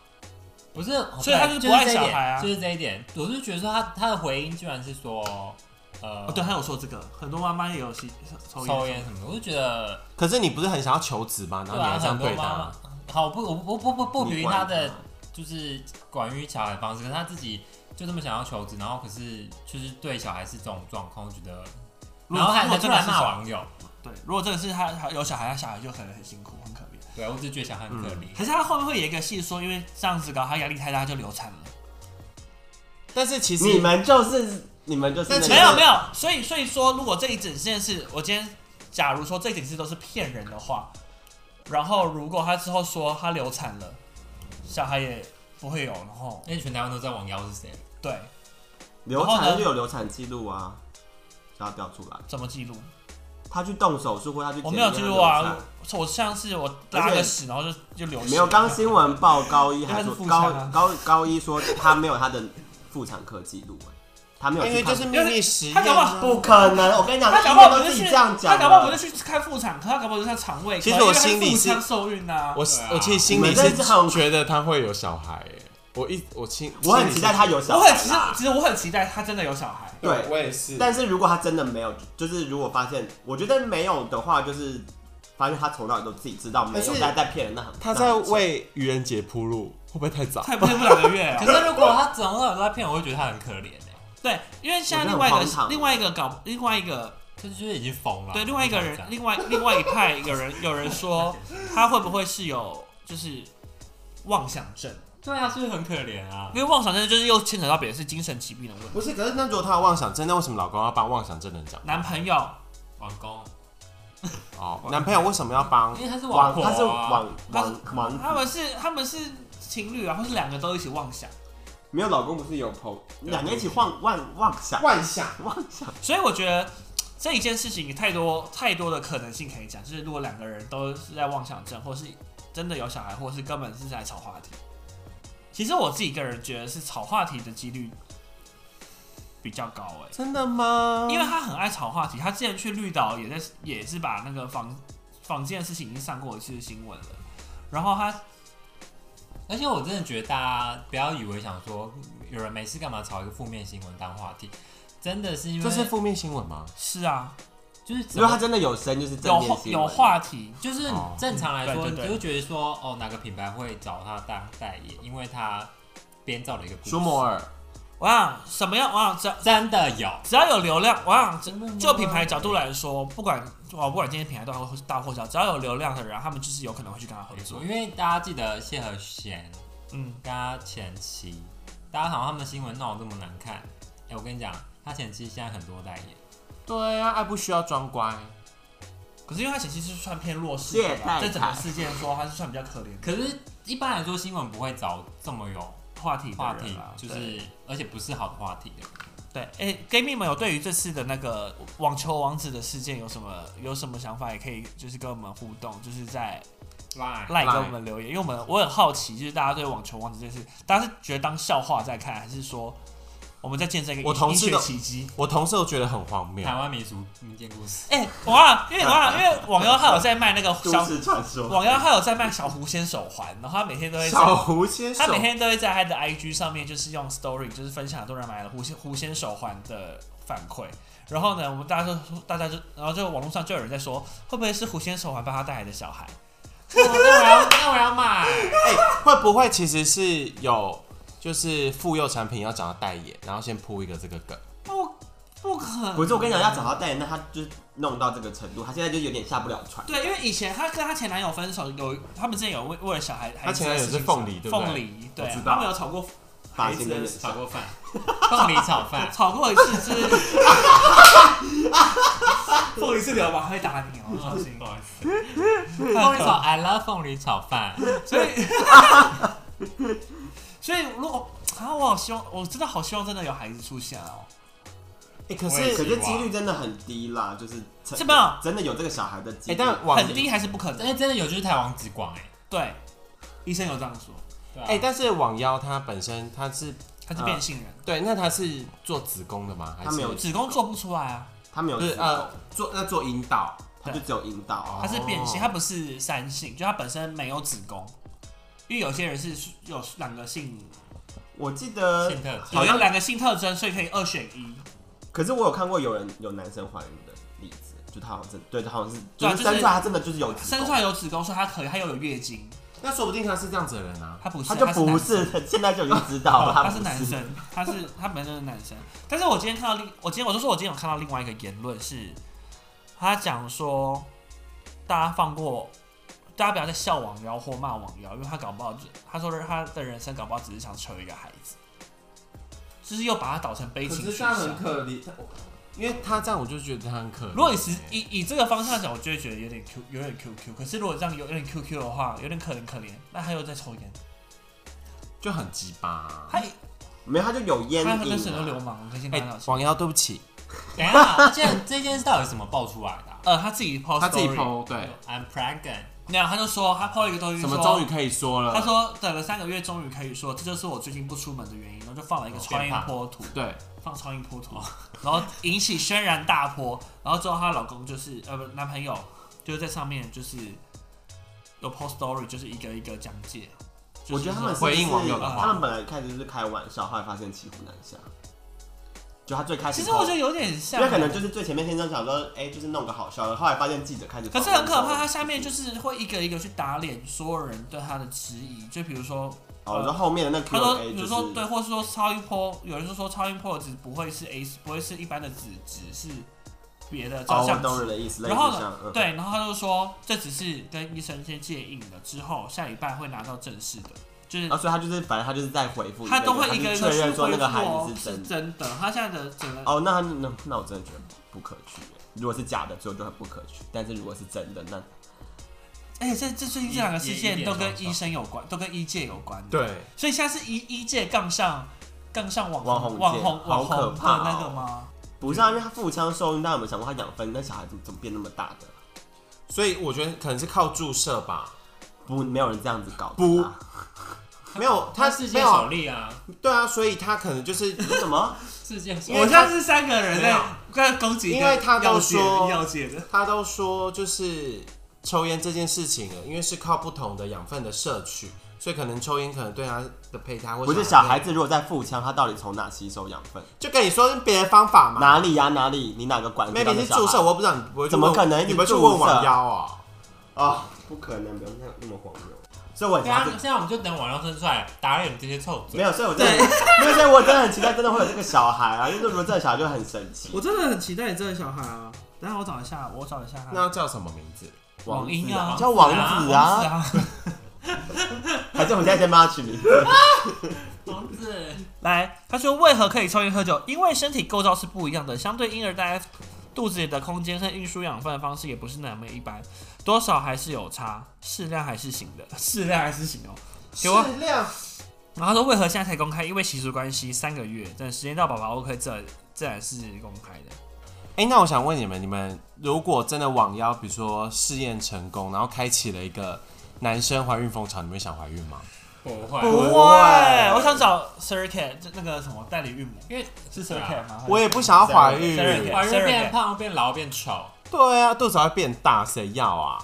Speaker 2: 不是，
Speaker 1: 所以他就是不爱小孩啊
Speaker 2: 就是这一点，就是这一点我是觉得说他他的回音居然是说呃
Speaker 1: 哦，对，她有说这个，很多妈妈也有吸抽烟。
Speaker 2: 抽烟什么的，我就觉得
Speaker 4: 可是你不是很想要求子吗？
Speaker 2: 对
Speaker 4: 然后你
Speaker 2: 啊，
Speaker 4: 还这
Speaker 2: 很
Speaker 4: 样
Speaker 2: 多
Speaker 4: 对
Speaker 2: 妈妈
Speaker 4: 他，。
Speaker 2: 好，我不我不不不不
Speaker 3: 你
Speaker 2: 评
Speaker 3: 管
Speaker 2: 他
Speaker 3: 他
Speaker 2: 的就是管于小孩的方式，可是他自己就这么想要求子，然后可是就是对小孩是这种状况，我觉得，
Speaker 1: 如果
Speaker 2: 然后还
Speaker 1: 如
Speaker 2: 还
Speaker 1: 果
Speaker 2: 出
Speaker 1: 真的
Speaker 2: 来
Speaker 1: 是
Speaker 2: 骂
Speaker 1: 小
Speaker 2: 网友，
Speaker 1: 对，如果真的是她她有小孩，她小孩就可能很辛苦，很可怜。
Speaker 2: 对我只是觉得小孩很可怜。
Speaker 1: 可是她后面会有一个戏说，因为这样子搞，她压力太大，她就流产了。
Speaker 4: 但是其实
Speaker 3: 你们就是你们就是
Speaker 4: 那
Speaker 3: 那个
Speaker 4: 其实
Speaker 1: 没有没有，所以所以说，如果这一整件事，我今天假如说这一整事都是骗人的话，然后如果她之后说她流产了，小孩也不会有，然后
Speaker 2: 因为全台湾都知道王瑶是 谁，
Speaker 1: 对，
Speaker 3: 流
Speaker 1: 然后呢
Speaker 3: 产就有流产记录啊，要调出来。
Speaker 1: 怎么记录？
Speaker 3: 他去动手术或他去
Speaker 1: 我
Speaker 3: 检
Speaker 1: 没有
Speaker 3: 验
Speaker 1: 记
Speaker 3: 他
Speaker 1: 录
Speaker 3: 流
Speaker 1: 啊
Speaker 3: 产，
Speaker 1: 我我上次我拉
Speaker 3: 而且
Speaker 1: 个屎，然后就就流血。
Speaker 3: 没有。刚新闻报高一
Speaker 1: 因为
Speaker 3: 还
Speaker 1: 他是
Speaker 3: 说
Speaker 1: 妇产
Speaker 3: 高
Speaker 1: 啊
Speaker 3: 高高一说他没有他的妇产科记录、欸，他没有
Speaker 4: 因为
Speaker 3: 去看
Speaker 4: 就是秘密实验
Speaker 1: 他搞不好
Speaker 4: 啊。
Speaker 3: 不可能，我跟你讲，
Speaker 1: 他搞
Speaker 3: 医
Speaker 1: 不好
Speaker 3: 院
Speaker 1: 不
Speaker 3: 都
Speaker 1: 是
Speaker 3: 自己
Speaker 1: 去，
Speaker 3: 这样
Speaker 1: 他
Speaker 3: 讲
Speaker 1: 搞不好不
Speaker 3: 的。
Speaker 1: 是去看妇产科，他搞不好是看肠胃科。
Speaker 4: 其实
Speaker 1: 因
Speaker 4: 我
Speaker 1: 为他
Speaker 4: 心里
Speaker 1: 腹
Speaker 4: 是
Speaker 1: 腔受孕啊，
Speaker 4: 我
Speaker 2: 对啊
Speaker 4: 我其实心
Speaker 3: 你
Speaker 4: 里
Speaker 3: 们真
Speaker 4: 是
Speaker 3: 的是很
Speaker 4: 觉得他会有小孩耶，我一我亲，
Speaker 3: 我很期待他
Speaker 4: 有。
Speaker 3: 有小
Speaker 1: 我
Speaker 3: 孩
Speaker 1: 很期待，
Speaker 3: 啦。
Speaker 1: 其实我很期待他真的有小孩。
Speaker 3: 对
Speaker 4: 我也是。
Speaker 3: 但是如果他真的没有，就是如果发现，我觉得没有的话，就是发现他从哪里都自己知道没
Speaker 4: 可
Speaker 3: 有，
Speaker 4: 是
Speaker 3: 他在骗人，那很
Speaker 4: 他在为愚人节铺路，会不会太早？
Speaker 1: 他也不是不两个月啊
Speaker 2: 可。是如果他从头到尾都在骗我，我会觉得他很可怜哎，
Speaker 1: 对，因为现在
Speaker 3: 我觉得
Speaker 1: 另外一个另外
Speaker 3: 很荒唐
Speaker 1: 一个搞另外一个
Speaker 2: 就是就是已经疯了。啊
Speaker 1: 对另外一个人
Speaker 2: 这样
Speaker 1: 另外另外一派有人有人说他会不会是有就是妄想症？
Speaker 2: 对啊，是不是很可怜啊
Speaker 1: 因？为妄想症就是又牵扯到别人是精神疾病的问题。
Speaker 4: 不是，可是那如果他有妄想症，那为什么老公要帮妄想症的人讲话？
Speaker 1: 男朋友
Speaker 2: 王公，
Speaker 4: 哦，男朋友为什么要帮
Speaker 2: 因？为他是王
Speaker 3: 网
Speaker 2: 婆、啊，
Speaker 3: 他是网
Speaker 1: 他
Speaker 3: 网网
Speaker 1: 他们是他们是情侣啊，或是两个都一起妄想，
Speaker 3: 没有老公不是有朋两个一起妄妄妄想
Speaker 4: 妄想
Speaker 3: 妄想，
Speaker 1: 所以我觉得。这一件事情太多太多的可能性可以讲，就是如果两个人都是在妄想症，或是真的有小孩，或是根本是在炒话题。其实我自己个人觉得是炒话题的几率比较高哎、
Speaker 4: 真的吗？
Speaker 1: 因为他很爱炒话题，他之前去绿岛也在也是把那个房房间的事情已经上过一次新闻了，然后他
Speaker 2: 而且我真的觉得大家不要以为想说有人没事干嘛炒一个负面新闻当话题，真的是因为
Speaker 4: 这是负面新闻吗？
Speaker 1: 是啊，
Speaker 2: 就是
Speaker 3: 因
Speaker 2: 怎
Speaker 3: 为
Speaker 2: 么
Speaker 3: 他真的有生就是正
Speaker 1: 有
Speaker 3: 面
Speaker 1: 话
Speaker 3: 新闻
Speaker 1: 有话题，
Speaker 2: 就是
Speaker 4: 哦
Speaker 2: 正常来说，
Speaker 1: 对对
Speaker 2: 你
Speaker 1: 对
Speaker 2: 就会觉得说哦哪个品牌会找他代代言，因为他编造了一个故事
Speaker 4: 舒摩尔，
Speaker 1: 我想什么样，我想只要
Speaker 2: 真的有，
Speaker 1: 只要有流量，我想只
Speaker 2: 真的吗
Speaker 1: 就品牌角度来说，不管哦不管今天品牌大或大或小，只要有流量的人，他们就是有可能会去跟他合
Speaker 2: 没
Speaker 1: 作
Speaker 2: 错，。因为大家记得谢和弦
Speaker 1: 嗯，
Speaker 2: 跟他前妻，大家好像他们的新闻闹得这么难看，哎、我跟你讲，他前妻现在很多代言，
Speaker 4: 对啊，爱不需要装乖。
Speaker 1: 可是因为他前期是算偏弱势的
Speaker 3: 借
Speaker 1: 吧，
Speaker 3: 贷
Speaker 1: 在整个
Speaker 3: 卡
Speaker 1: 事件说他是算比较可怜
Speaker 2: 可是一般来说新闻不会找这么有
Speaker 1: 的话题的
Speaker 2: 话
Speaker 1: 人
Speaker 2: 题
Speaker 1: 啦，
Speaker 2: 就
Speaker 1: 对
Speaker 2: 是而且不是好的话题的。
Speaker 1: 对，哎、g a y 蜜们有对于这次的那个网球王子的事件有什么有什么想法，也可以就是跟我们互动，就是在
Speaker 2: Line
Speaker 1: 赖跟我们留言，因为我们我很好奇，就是大家对网球王子这件事，大家是觉得当笑话在看，还是说我们在见证一个
Speaker 4: 我同事
Speaker 1: 医
Speaker 4: 的
Speaker 1: 学奇迹？
Speaker 4: 我同事都觉得很荒谬
Speaker 2: 台，湾民俗民间故事，
Speaker 1: 哎、我啊，因为我啊，因为网妖他有在卖那个
Speaker 3: 都
Speaker 1: 小，
Speaker 3: 市传说，
Speaker 1: 网妖他有在卖小狐仙手环，然后他每天都会在
Speaker 4: 小狐先手
Speaker 1: 他，每天都会在他的 IG 上面，就是用 Story，就是分享很多人买了狐仙狐仙手环的反馈。然后呢，我们大家就说大家就，然后就网络上就有人在说，会不会是狐仙手环帮他带来的小孩？
Speaker 2: 哇那我要那我要买，
Speaker 4: 会不会其实是有就是妇幼产品要找他代言，然后先铺一个这个梗？
Speaker 1: 不，不可能。
Speaker 3: 不是我跟你讲要找他代言，那他就是弄到这个程度，他现在就有点下不了船。
Speaker 1: 对，因为以前她跟她前男友分手，有他们之前有为为了小孩，
Speaker 4: 她前男友是凤梨对不对
Speaker 1: 凤梨，对啊
Speaker 3: 我知，道
Speaker 1: 他们有吵过
Speaker 3: 发
Speaker 1: 孩
Speaker 3: 型
Speaker 1: 子
Speaker 3: 跟
Speaker 1: 的
Speaker 3: 眼
Speaker 1: 事，
Speaker 2: 炒
Speaker 3: 神，
Speaker 2: 过饭，凤梨炒 饭，
Speaker 1: 吵过一次就是，凤梨是流氓会打你哦，小心
Speaker 2: 不。好意思凤梨炒 I love 凤梨炒饭，
Speaker 1: 所以， 所以如果啊，我好希望，我真的好希望真的有孩子出现哦。
Speaker 4: 哎，可
Speaker 2: 我也
Speaker 3: 可
Speaker 4: 是
Speaker 3: 是几率真的很低啦，就是
Speaker 1: 是吧
Speaker 3: 真的有这个小孩的几
Speaker 4: 哎，
Speaker 3: 率，
Speaker 4: 但网
Speaker 1: 很低还是不可
Speaker 2: 但
Speaker 1: 能？
Speaker 2: 是哎真的有就是台湾之光哎、
Speaker 1: 对，医生有这样说，
Speaker 2: 对啊
Speaker 4: 哎，但是网妖它本身它是
Speaker 1: 他是变性人，
Speaker 4: 对，那它是做子宫的吗？还是
Speaker 3: 它没有
Speaker 1: 子宫做不出来啊，
Speaker 3: 他没有
Speaker 4: 不是
Speaker 3: 子宫
Speaker 4: 呃做那做阴道，
Speaker 3: 他就只有啊阴道，
Speaker 1: 他是变性，他不是三性，就他本身没有子宫。因为有些人是有两个性，
Speaker 3: 我记得
Speaker 2: 性特质
Speaker 1: 好像两个性特征，所以可以二选一。
Speaker 3: 可是我有看过有人有男生怀孕的例子，就他好像真对他好像是，
Speaker 1: 对啊
Speaker 3: 就
Speaker 1: 就是
Speaker 3: 是生出来他真的就是有子
Speaker 1: 生
Speaker 3: 宫
Speaker 1: 出来有子宫，所以他可以，他又有月经，
Speaker 4: 那说不定他是这样子的人啊。
Speaker 1: 他不是，
Speaker 3: 他就不
Speaker 1: 男生
Speaker 3: 是，现在就已经知道 了，
Speaker 1: 他
Speaker 3: 不
Speaker 1: 是男生，他是他本身就是男生。但是我今天看到另，我今天我就说我今天有看到另外一个言论是，他讲说大家放过，大家不要再笑网妖或骂网妖，因为他搞不好就他说他的人生搞不好只是想求一个孩子，就是又把他导成悲情取向。
Speaker 4: 可怜，因为他这样我就觉得他很可怜。
Speaker 1: 如果你是以以这个方向讲，我就会觉得有点 Q 有点 QQ。可是如果这样有有点 QQ 的话，有点可怜可怜，那他又在抽烟。
Speaker 4: 就很鸡巴啊。
Speaker 1: 他
Speaker 3: 没有，他就有烟
Speaker 1: 他
Speaker 3: 瘾
Speaker 1: 那是很多流
Speaker 3: 啊、
Speaker 1: 氓，我可以先
Speaker 4: 哎、
Speaker 1: 拿到钱。
Speaker 4: 王瑶，对不起，
Speaker 2: 等一下，这这件事到底是怎么爆出来的啊、
Speaker 1: 啊呃，他自己 post，
Speaker 4: 他自己
Speaker 1: story
Speaker 4: PO 对，
Speaker 2: I'm pregnant，
Speaker 1: 没有，他就说他 PO 了一个东西，
Speaker 4: 什么
Speaker 1: 说
Speaker 4: 终于可以说了，
Speaker 1: 他说等了三个月，终于可以说，这就是我最近不出门的原因。然后就放了一个超音波图，
Speaker 4: 对，
Speaker 1: 放超音波
Speaker 3: 哦
Speaker 1: 图，然后引起轩然大波。然后之后她老公就是呃不男朋友就是在上面就是有 post story，就是一个一个讲解。就是
Speaker 3: 我觉得他们是
Speaker 1: 说
Speaker 3: 不是
Speaker 4: 回应网友的
Speaker 1: 话
Speaker 3: 他们本来开始就是开玩笑，后来发现骑虎难下。就他最开始
Speaker 1: 其
Speaker 3: 后，
Speaker 1: 实我觉得有点
Speaker 3: 因
Speaker 1: 像，
Speaker 3: 为可能就是最前面先生想说，哎、就是弄个好笑的，后来发现记者开始，
Speaker 1: 可是很可怕，他下面就是会一个一个去打脸所有人对他的质疑，就比如说
Speaker 3: 哦，我说后面的那
Speaker 1: 他说，
Speaker 3: Q&A
Speaker 1: 比如
Speaker 3: 就是
Speaker 1: 说对，或是说超音波，有人就说超音波的纸不会是 A，不会是一般的纸，纸是别的照
Speaker 3: 哦，我
Speaker 1: 相
Speaker 3: 懂
Speaker 1: 纸。
Speaker 3: 你的意思，类
Speaker 1: 然
Speaker 3: 似
Speaker 1: 后
Speaker 3: 像
Speaker 1: 呢，
Speaker 3: 嗯，
Speaker 1: 对，啊然后他就说这只是跟医生先借印了，之后下礼拜会拿到正式的，就是
Speaker 3: 然哦后所以他就是反正他就是在回复，
Speaker 1: 他都会一个一
Speaker 3: 他
Speaker 1: 个
Speaker 3: 就确
Speaker 1: 去
Speaker 3: 认说
Speaker 1: 回
Speaker 3: 那
Speaker 1: 复
Speaker 3: 个孩
Speaker 1: 哦
Speaker 3: 子是
Speaker 1: 是
Speaker 3: 真的。
Speaker 1: 真的。他现在的整个
Speaker 3: 哦，那那那我真的觉得不可取。如果是假的，所以我就很不可取；但是如果是真的，那
Speaker 1: 而且哎这这最近这两个事件
Speaker 2: 也
Speaker 1: 都
Speaker 2: 也也
Speaker 1: 跟
Speaker 2: 也
Speaker 1: 医生有关，都跟医界有关的。，
Speaker 4: 对，
Speaker 1: 所以现在是医医界杠上杠上网
Speaker 3: 网
Speaker 1: 红
Speaker 3: 红
Speaker 1: 网
Speaker 3: 界
Speaker 1: 红
Speaker 3: 好
Speaker 1: 网
Speaker 3: 可
Speaker 1: 红的
Speaker 3: 怕哦
Speaker 1: 那个吗？
Speaker 3: 不是啊，因为他腹腔受孕，大家有没有想过他养分那小孩怎么怎么变那么大的？
Speaker 4: 所以我觉得可能是靠注射 吧。
Speaker 3: 不，没有人这样子搞的
Speaker 4: 不
Speaker 3: 啊。
Speaker 4: 没有，他
Speaker 2: 世界
Speaker 4: 没有
Speaker 2: 首，例啊，
Speaker 4: 对啊，所以他可能就是
Speaker 3: 什么？
Speaker 2: 世界首
Speaker 1: 我
Speaker 2: 例
Speaker 1: 现。在是三个人
Speaker 4: 没
Speaker 1: 在
Speaker 4: 有
Speaker 1: 在攻击一个
Speaker 4: 因为他都
Speaker 1: 要解的
Speaker 4: 说
Speaker 1: 要解的，
Speaker 4: 他都说就是抽烟这件事情了，因为是靠不同的养分的摄取，所以可能抽烟可能对他的胚胎或
Speaker 3: 不是小孩，子，如果在腹腔，他到底从哪吸收养分？
Speaker 4: 就跟你说是别的方法嘛。
Speaker 3: 哪里呀、哪里？你哪个管子
Speaker 4: maybe
Speaker 3: 让那
Speaker 4: 是
Speaker 3: 小孩？
Speaker 4: 注射，我不知道你不会去
Speaker 3: 怎么
Speaker 4: 问
Speaker 3: 可能
Speaker 4: 你
Speaker 3: 一
Speaker 4: 不
Speaker 3: 直
Speaker 4: 会
Speaker 3: 注射
Speaker 4: 去问网腰哦？
Speaker 3: 啊？不可能，不用那那么荒谬。所以我
Speaker 2: 对
Speaker 3: 家
Speaker 2: 啊，现在我们就等网上生出来打脸这些臭嘴。
Speaker 3: 没有，所以我真的， 没有，所以我真的很期待，真的会有这个小孩啊！因为如果这个小孩就很神奇。
Speaker 1: 我真的很期待你这个小孩啊！等一下我找一下，我找一下他。
Speaker 4: 那要叫什么名字？
Speaker 1: 网银啊，
Speaker 3: 叫王
Speaker 1: 王
Speaker 3: 子
Speaker 1: 子
Speaker 3: 啊，
Speaker 1: 啊，
Speaker 3: 还是我们现在先帮他取 名字？
Speaker 2: 王子，
Speaker 1: 来，他说为何可以抽烟喝酒？因为身体构造是不一样的，相对婴儿大家肚子里的空间和运输养分的方式也不是那么一般，多少还是有差，适量还是行的，适量还是行哦。给我
Speaker 3: 适量
Speaker 1: 然后他说为何现在才公开？因为习俗关系，三个月，等时间到宝宝 OK 这自然是公开的。
Speaker 4: 哎、那我想问你们，你们如果真的网腰，比如说试验成功，然后开启了一个男生怀孕风潮，你们会想怀孕吗？
Speaker 2: 不会，
Speaker 1: 不会，
Speaker 3: 会
Speaker 1: 我想找 Sir Cat，就那个什么代理孕母，
Speaker 2: 因为
Speaker 1: 是 Sir
Speaker 2: 谁
Speaker 3: 啊
Speaker 1: Cat 吗？
Speaker 4: 我也不想要怀孕，
Speaker 1: 当然可以
Speaker 2: 怀孕变胖、变老、变丑，
Speaker 4: 对啊，肚子还会变大，谁要啊？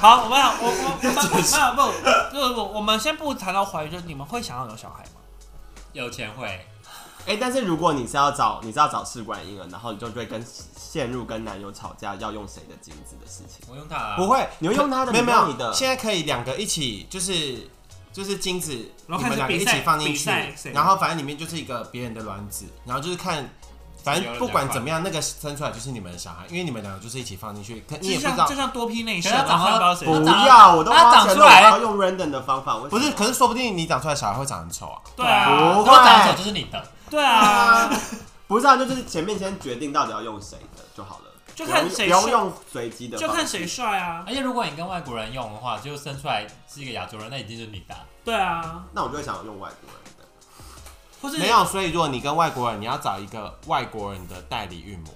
Speaker 1: 好，我们好，我我我们不不不，我们先不谈到怀孕，就是你们会想要有小孩 吗？
Speaker 2: 有钱会。
Speaker 3: 哎、但是如果你是要找你是要找试管婴儿，然后你就会跟陷入跟男友吵架要用谁的精子的事情。
Speaker 2: 我用它啊
Speaker 4: 不会，
Speaker 3: 你会用他的
Speaker 4: 没有没
Speaker 3: 你
Speaker 4: 有
Speaker 3: 的
Speaker 4: 现在可以两个一起，就是就是精子，
Speaker 1: 然后
Speaker 4: 你们
Speaker 1: 开
Speaker 4: 两
Speaker 1: 始
Speaker 4: 个
Speaker 1: 比
Speaker 4: 一
Speaker 1: 赛
Speaker 4: 起放进
Speaker 1: 比
Speaker 4: 去
Speaker 1: 赛谁，
Speaker 4: 然后反正里面就是一个别人的卵子，然后就是看，反正不管怎么样，那个生出来就是你们的小孩，因为你们两个就是一起放进去，可你也
Speaker 1: 就
Speaker 4: 不
Speaker 1: 像
Speaker 4: 知道
Speaker 1: 就，像多批内射，
Speaker 2: 可是他
Speaker 1: 然后不知道
Speaker 2: 长
Speaker 1: 谁
Speaker 2: 得
Speaker 3: 不
Speaker 2: 他长
Speaker 3: 要，我都
Speaker 2: 他
Speaker 3: 花
Speaker 2: 长
Speaker 3: 钱
Speaker 2: 出
Speaker 3: 了，
Speaker 2: 来
Speaker 3: 我要用 random 的方法。为什
Speaker 4: 不
Speaker 3: 么
Speaker 4: 是，可是说不定你长出来的小孩会长很丑啊。
Speaker 1: 对啊
Speaker 3: 不
Speaker 2: 如果长
Speaker 3: 会
Speaker 2: 丑就是你的，
Speaker 1: 对 啊，
Speaker 3: 不是啊，就是前面先决定到底要用谁的就好了，
Speaker 1: 就看谁
Speaker 3: 不用不
Speaker 1: 帅
Speaker 3: 用用随机的
Speaker 1: 就
Speaker 3: 方式，
Speaker 1: 看谁帅啊，
Speaker 2: 而且如果你跟外国人用的话，就生出来是一个亚洲人，那一定就是你的啊。
Speaker 1: 对啊，
Speaker 3: 那我就会想要用外国人的。
Speaker 1: 或是
Speaker 4: 没有，所以如果你跟外国人，你要找一个外国人的代理孕母，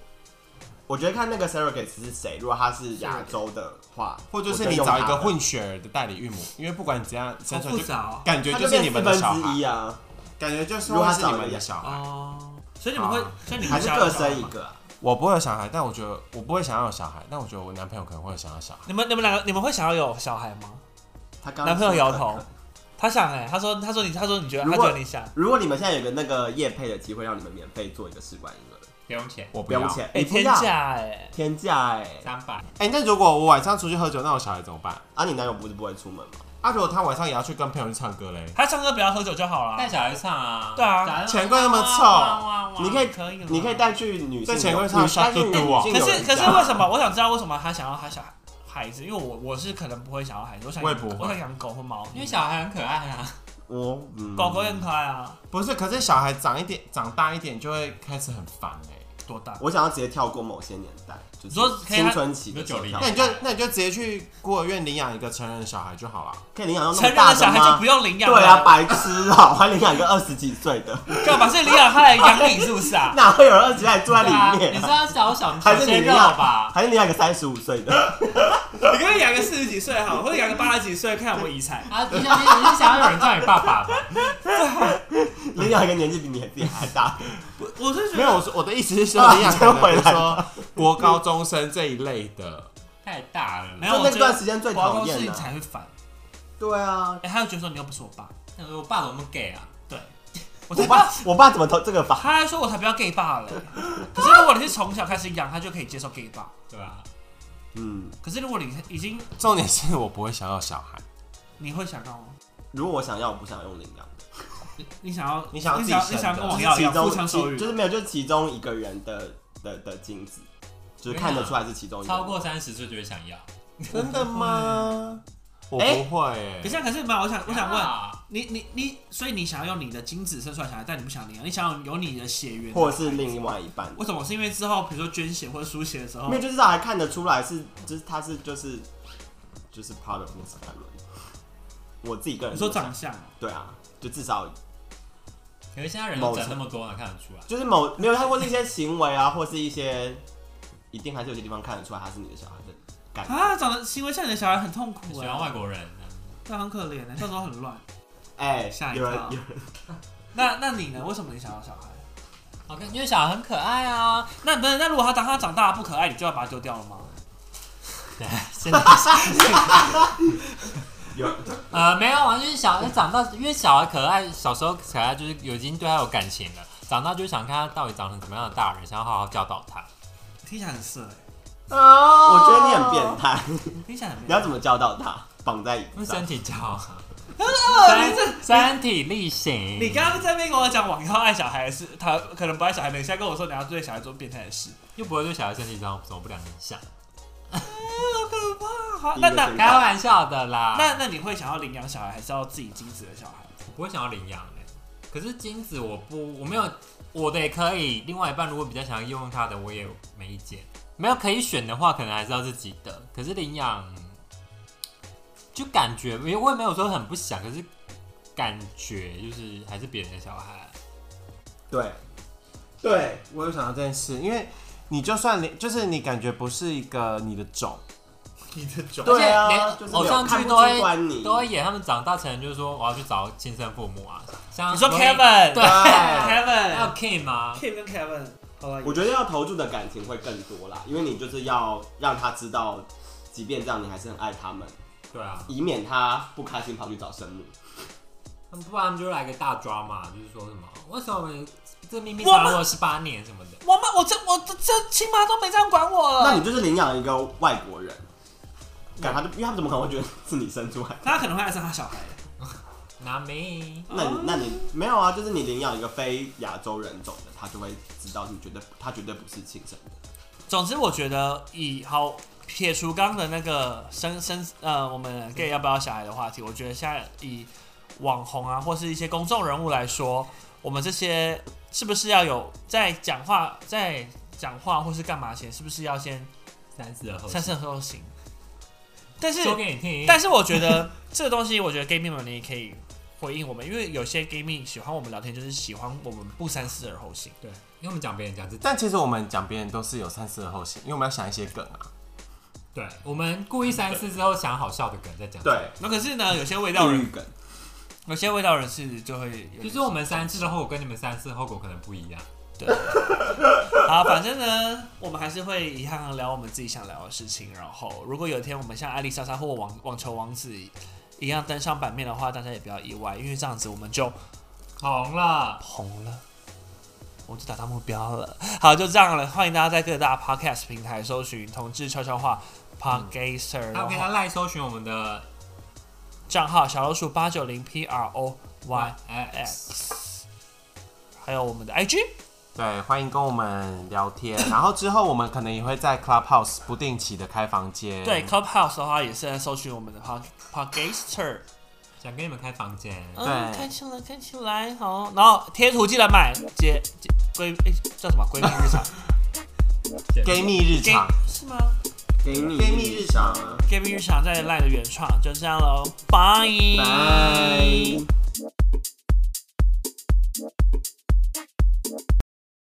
Speaker 3: 我觉得看那个 surrogate 是谁，如果他是亚洲的话，
Speaker 4: 或者
Speaker 3: 我
Speaker 4: 是
Speaker 3: 就
Speaker 4: 你
Speaker 3: 用
Speaker 4: 找一
Speaker 3: 他
Speaker 4: 个
Speaker 3: 的，
Speaker 4: 混血儿的代理孕母，因为不管怎样
Speaker 1: 好
Speaker 4: 生出来
Speaker 1: 复
Speaker 4: 就
Speaker 1: 杂哦
Speaker 4: 感觉
Speaker 3: 他
Speaker 4: 就是你们的
Speaker 3: 四
Speaker 4: 小
Speaker 3: 分之
Speaker 4: 孩，
Speaker 3: 一啊，
Speaker 4: 感觉就是
Speaker 3: 如果
Speaker 4: 会
Speaker 3: 他
Speaker 4: 是
Speaker 3: 找
Speaker 4: 你们
Speaker 3: 一
Speaker 4: 的
Speaker 3: 个
Speaker 4: 小孩。
Speaker 1: 哦，所以你们会
Speaker 4: 好，
Speaker 1: 所以你们
Speaker 3: 啊还
Speaker 1: 会
Speaker 3: 是
Speaker 1: 想要
Speaker 3: 各
Speaker 1: 有小孩
Speaker 3: 生一
Speaker 1: 吗。
Speaker 3: 个啊。
Speaker 4: 我不会有小孩，但我觉得我不会想要有小孩，但我觉得我男朋友可能会有想要小孩。
Speaker 1: 你们你们两个你们会想要有小孩吗？
Speaker 3: 他刚
Speaker 1: 男朋友
Speaker 3: 说
Speaker 1: 摇
Speaker 3: 可
Speaker 1: 头
Speaker 3: 可
Speaker 1: 他想哎、他说他说你他说你觉得他
Speaker 3: 如
Speaker 1: 觉
Speaker 3: 果
Speaker 1: 得你想，
Speaker 3: 如果你们现在有个那个夜配的机会，让你们免费做一个试管婴儿，
Speaker 2: 不用钱，
Speaker 4: 我不
Speaker 3: 不用
Speaker 4: 要。
Speaker 3: 钱，
Speaker 1: 哎、
Speaker 3: 你不
Speaker 1: 天
Speaker 3: 要
Speaker 1: 价哎、
Speaker 3: 天价哎、
Speaker 2: 三百。
Speaker 4: 哎、那如果我晚上出去喝酒，那我小孩怎么办？
Speaker 3: 啊，你男友不是不会出门吗？
Speaker 4: 啊，如果他晚上也要去跟朋友去唱歌嘞？
Speaker 1: 他唱歌不要喝酒就好了
Speaker 2: 带，小孩唱啊，
Speaker 1: 对啊
Speaker 2: 小孩
Speaker 4: 钱柜那么臭
Speaker 2: 哇哇哇
Speaker 3: 你可以
Speaker 1: 可以了
Speaker 3: 你可以带去女性友，
Speaker 4: 在前柜上
Speaker 3: 女带去
Speaker 4: 杀
Speaker 3: 女
Speaker 4: 嘟嘟哦
Speaker 3: 性
Speaker 1: 啊可
Speaker 3: 友
Speaker 1: 是
Speaker 3: 人
Speaker 1: 可是
Speaker 3: 家
Speaker 1: 为什么？我想知道为什么他想要他小孩子，因为我我是可能不会想要孩子，我想
Speaker 4: 我也不会
Speaker 1: 我想养狗或猫，
Speaker 2: 因为小孩很可爱啊，
Speaker 3: 我嗯
Speaker 1: 狗狗也很可爱啊。
Speaker 4: 不是，可是小孩长一点，长大一点就会开始很烦哎、
Speaker 1: 多大？
Speaker 3: 我想要直接跳过某些年代，就
Speaker 1: 你说
Speaker 3: 是
Speaker 1: 可以他
Speaker 3: 青春期的时候
Speaker 2: 你说90
Speaker 3: 跳
Speaker 4: 那你就那你就直接去孤儿院领养一个成人的小孩就好了。
Speaker 3: 可以领养到
Speaker 1: 成
Speaker 3: 那么
Speaker 1: 人的
Speaker 3: 大
Speaker 1: 小孩就
Speaker 3: 吗
Speaker 1: 不？用领养了，
Speaker 3: 对啊，白痴啊！我还领养一个二十几 岁的，
Speaker 1: 干嘛？是领养他来 养你是不是啊？
Speaker 3: 哪会有人二十几岁住在
Speaker 2: 对啊，
Speaker 3: 里
Speaker 2: 你
Speaker 3: 面
Speaker 2: 是
Speaker 3: 啊？
Speaker 2: 要小小
Speaker 3: 还
Speaker 2: 小
Speaker 3: 是你
Speaker 2: 鲜
Speaker 3: 领
Speaker 2: 肉
Speaker 3: 养
Speaker 2: 吧？
Speaker 3: 还是领养一个三十五岁 的？
Speaker 1: 你可以养个四十几岁好了，或者养个八十几岁，看有没有遗 产。
Speaker 2: 啊，你想你是想要有人叫你爸爸吧？
Speaker 3: 领养一个年纪比你自己还大的？
Speaker 1: 我我是觉
Speaker 4: 没有，
Speaker 1: 得
Speaker 4: 我说我的意思是 说
Speaker 3: 啊
Speaker 4: 领养，
Speaker 3: 先回
Speaker 4: 比如
Speaker 3: 来
Speaker 4: 说国高中生这一类的。
Speaker 2: 太大了，
Speaker 1: 没有，
Speaker 3: 就
Speaker 1: 我
Speaker 3: 那
Speaker 1: 觉
Speaker 3: 段
Speaker 1: 得
Speaker 3: 时间最
Speaker 1: 国
Speaker 3: 讨
Speaker 1: 公司
Speaker 3: 厌啊
Speaker 1: 你
Speaker 3: 了。
Speaker 1: 才会烦。
Speaker 3: 对啊，
Speaker 1: 哎，他就觉得说你又不是我 爸，
Speaker 2: 那我爸怎么 gay 啊？
Speaker 1: 对我才
Speaker 3: 我
Speaker 1: 不要
Speaker 3: 爸我爸怎么投这个法？
Speaker 1: 他还说我才不要 gay 爸 嘞。可是如果你是从小开始养，他就可以接受 gay 爸。
Speaker 2: 对吧？
Speaker 3: 嗯，
Speaker 1: 可是如果你已经，
Speaker 4: 重点是我不会想要小孩，
Speaker 1: 你会想要吗？
Speaker 3: 如果我想要，我不想用领养。
Speaker 1: 你你想要，
Speaker 4: 你想要
Speaker 1: 你
Speaker 4: 自己
Speaker 1: 想
Speaker 4: 生
Speaker 1: 你想跟
Speaker 4: 的
Speaker 1: 我
Speaker 3: 就
Speaker 1: 要
Speaker 3: 是其
Speaker 1: 养腹
Speaker 3: 中
Speaker 1: 腔受
Speaker 3: 其
Speaker 1: 孕
Speaker 3: 就，是没有，就是其中一个人的的
Speaker 1: 啊
Speaker 3: 的精子，就是看得出来是其中一个人。
Speaker 2: 超过三十岁就会想要。
Speaker 4: 真 的吗？我不
Speaker 3: 哎
Speaker 4: 会
Speaker 1: 可
Speaker 4: 欸、
Speaker 1: 是可是没有，我想我想问
Speaker 2: 啊
Speaker 1: 你你你，所以你想要用你的精子生出来小孩，但你不想领养，你想要有你的血缘，
Speaker 3: 或者是另外一半，
Speaker 1: 为什么？是因为之后比如说捐血或者输血的时候
Speaker 3: 没，有，就至少还看得出来是，就是他是就是就是 part of Miss Cameron。我自己个人
Speaker 1: 你
Speaker 3: 这
Speaker 1: 说
Speaker 3: 么想
Speaker 1: 长相哦，
Speaker 3: 对啊，就至少
Speaker 2: 可是现在人都整那么多，哪看得出来？
Speaker 3: 就是某没有看过那些行为啊，或是一些一定还是有些地方看得出来他是你的小孩的感觉。
Speaker 1: 啊，长得行为像你的小孩很痛苦
Speaker 2: 喜
Speaker 1: 哎、
Speaker 2: 欢外国人啊，
Speaker 1: 对，很可怜的、到时候很乱。
Speaker 3: 哎、
Speaker 1: 吓一
Speaker 3: 有人
Speaker 1: 跳
Speaker 3: 有人
Speaker 1: 那那你呢？为什么你想要小孩？
Speaker 2: 好看，因为小孩很可爱啊。
Speaker 1: 那不是？那如果他当他长大不可爱，你就要把他丢掉了吗？
Speaker 2: 现在
Speaker 3: 有
Speaker 2: 呃没有啊，就是小孩长大，因为小孩可爱，小时候可爱就是有已经对他有感情了，长大就想看他到底长成怎么样的大人，想要好好教导他。
Speaker 1: 听起来很色哎、
Speaker 3: 我
Speaker 4: 我
Speaker 3: 觉得你很变态，
Speaker 1: 听起来很
Speaker 3: 你要怎么教导他？绑在椅
Speaker 2: 用
Speaker 3: 子上
Speaker 2: 身。体教啊，
Speaker 1: 哦你
Speaker 2: 身 身体力行。
Speaker 1: 你刚刚在那边跟我讲网要爱小孩的事，他可能不爱小孩的，你现在跟我说你要对小孩做变态的事， 哎
Speaker 2: 又不会对小孩身体上有什么不良影响，
Speaker 1: 好可怕！好，
Speaker 3: 第一
Speaker 1: 那
Speaker 3: 个
Speaker 1: 那
Speaker 3: 身
Speaker 2: 开玩笑的啦。
Speaker 1: 那那你会想要领养小孩，还是要自己精子的小孩？
Speaker 2: 我不会想要领养哎、可是精子我不我没有我的也可以，另外一半如果比较想要用它的，我也没意见。没有可以选的话，可能还是要自己的。可是领养就感觉，因为我也没有说很不想，可是感觉就是还是别人的小孩。
Speaker 3: 对，对，
Speaker 4: 我有想到这件事，因为你就算连就是你感觉不是一个你的种，
Speaker 1: 你的种
Speaker 3: 对啊
Speaker 2: 而且连
Speaker 3: 就是没有
Speaker 2: 偶像
Speaker 3: 看
Speaker 2: 剧
Speaker 3: 不
Speaker 2: 都会
Speaker 3: 出端倪
Speaker 2: 都会演他们长大成人，就是说我要去找亲生父母啊。像
Speaker 1: 嗯你说
Speaker 2: 罗伊
Speaker 1: Kevin
Speaker 2: 对，
Speaker 3: 对，
Speaker 1: Kevin，
Speaker 2: 还有 Kim 啊，
Speaker 1: Kim 跟 Kevin，好了，
Speaker 3: 我觉得要投注的感情会更多啦，因为你就是要让他知道，即便这样你还是很爱他们，
Speaker 2: 对啊，
Speaker 3: 以免他不开心跑去找生母。
Speaker 2: 他们不然他们就来个大抓嘛，就是说什么为什么这秘密
Speaker 1: 我们
Speaker 2: 掌握十八年什么的。
Speaker 1: 我妈，我这我这这亲妈都没这样管我
Speaker 2: 呃
Speaker 1: 了。
Speaker 3: 那你就是领养一个外国人，感他就因为他们怎么可能会觉得是你生出来？
Speaker 1: 他可能会爱上他小孩。
Speaker 2: 拿没？
Speaker 3: 那你那你没有啊？就是你领养一个非亚洲人种的，他就会知道你绝对他绝对不是亲生的。
Speaker 1: 总之，我觉得以好撇除刚的那个生生呃，我们 gay 要不要小孩的话题，我觉得现在以网红啊，或是一些公众人物来说，我们这些是不是要有在讲话在讲话或是干嘛前，是不是要先
Speaker 2: 三十而后
Speaker 1: 三思而后行？但是
Speaker 2: 哦说给你听。
Speaker 1: 但是我觉得这个东西，我觉得 gay 蜜们你也可以回应我们，因为有些 gay 蜜喜欢我们聊天，就是喜欢我们不三思而后行。
Speaker 2: 对，因为我们讲别人讲自己，
Speaker 4: 但其实我们讲别人都是有三思而后行，因为我们要想一些梗啊。
Speaker 2: 对我们故意三思之后想好笑的梗再讲。，
Speaker 3: 对，
Speaker 1: 那可是呢，有些味道
Speaker 3: 地
Speaker 1: 人，
Speaker 3: 域梗。
Speaker 1: 有些味道人士就会有，
Speaker 2: 就是我们三思的后果跟你们三思的后果可能不一样。
Speaker 1: 好，反正呢，我们还是会一样聊我们自己想聊的事情。然后，如果有一天我们像艾丽莎莎或网网球王子一样登上版面的话，大家也不要意外，因为这样子我们就
Speaker 2: 红了，
Speaker 1: 红了，我就达到目标了。好，就这样了。欢迎大家在各大 podcast 平台搜寻“同志悄悄话 ”podcaster，、
Speaker 2: 还有
Speaker 1: 然
Speaker 2: 可以在
Speaker 1: 后
Speaker 2: 赖搜寻我们的
Speaker 1: 账号小老鼠八九零 p r o
Speaker 2: 哎
Speaker 1: y
Speaker 2: YX，
Speaker 1: x，还有我们的 IG。
Speaker 4: 对，欢迎跟我们聊天。然后之后我们可能也会在 Clubhouse 不定期的开房间。
Speaker 1: 对，Clubhouse 的话也是在搜寻我们的 pod podcaster。
Speaker 2: 想跟你们开房间。
Speaker 1: 嗯，
Speaker 4: 对
Speaker 1: 看起来，哎看起来好。然后贴图记得买，姐姐闺诶叫什么闺蜜日常，
Speaker 4: gay 蜜日
Speaker 1: gay
Speaker 4: 常，
Speaker 1: 是吗
Speaker 3: 给你
Speaker 4: 给你日常
Speaker 3: 啊，
Speaker 1: ？gay 蜜日常在 LINE 的原创就这样喽，拜
Speaker 3: 拜。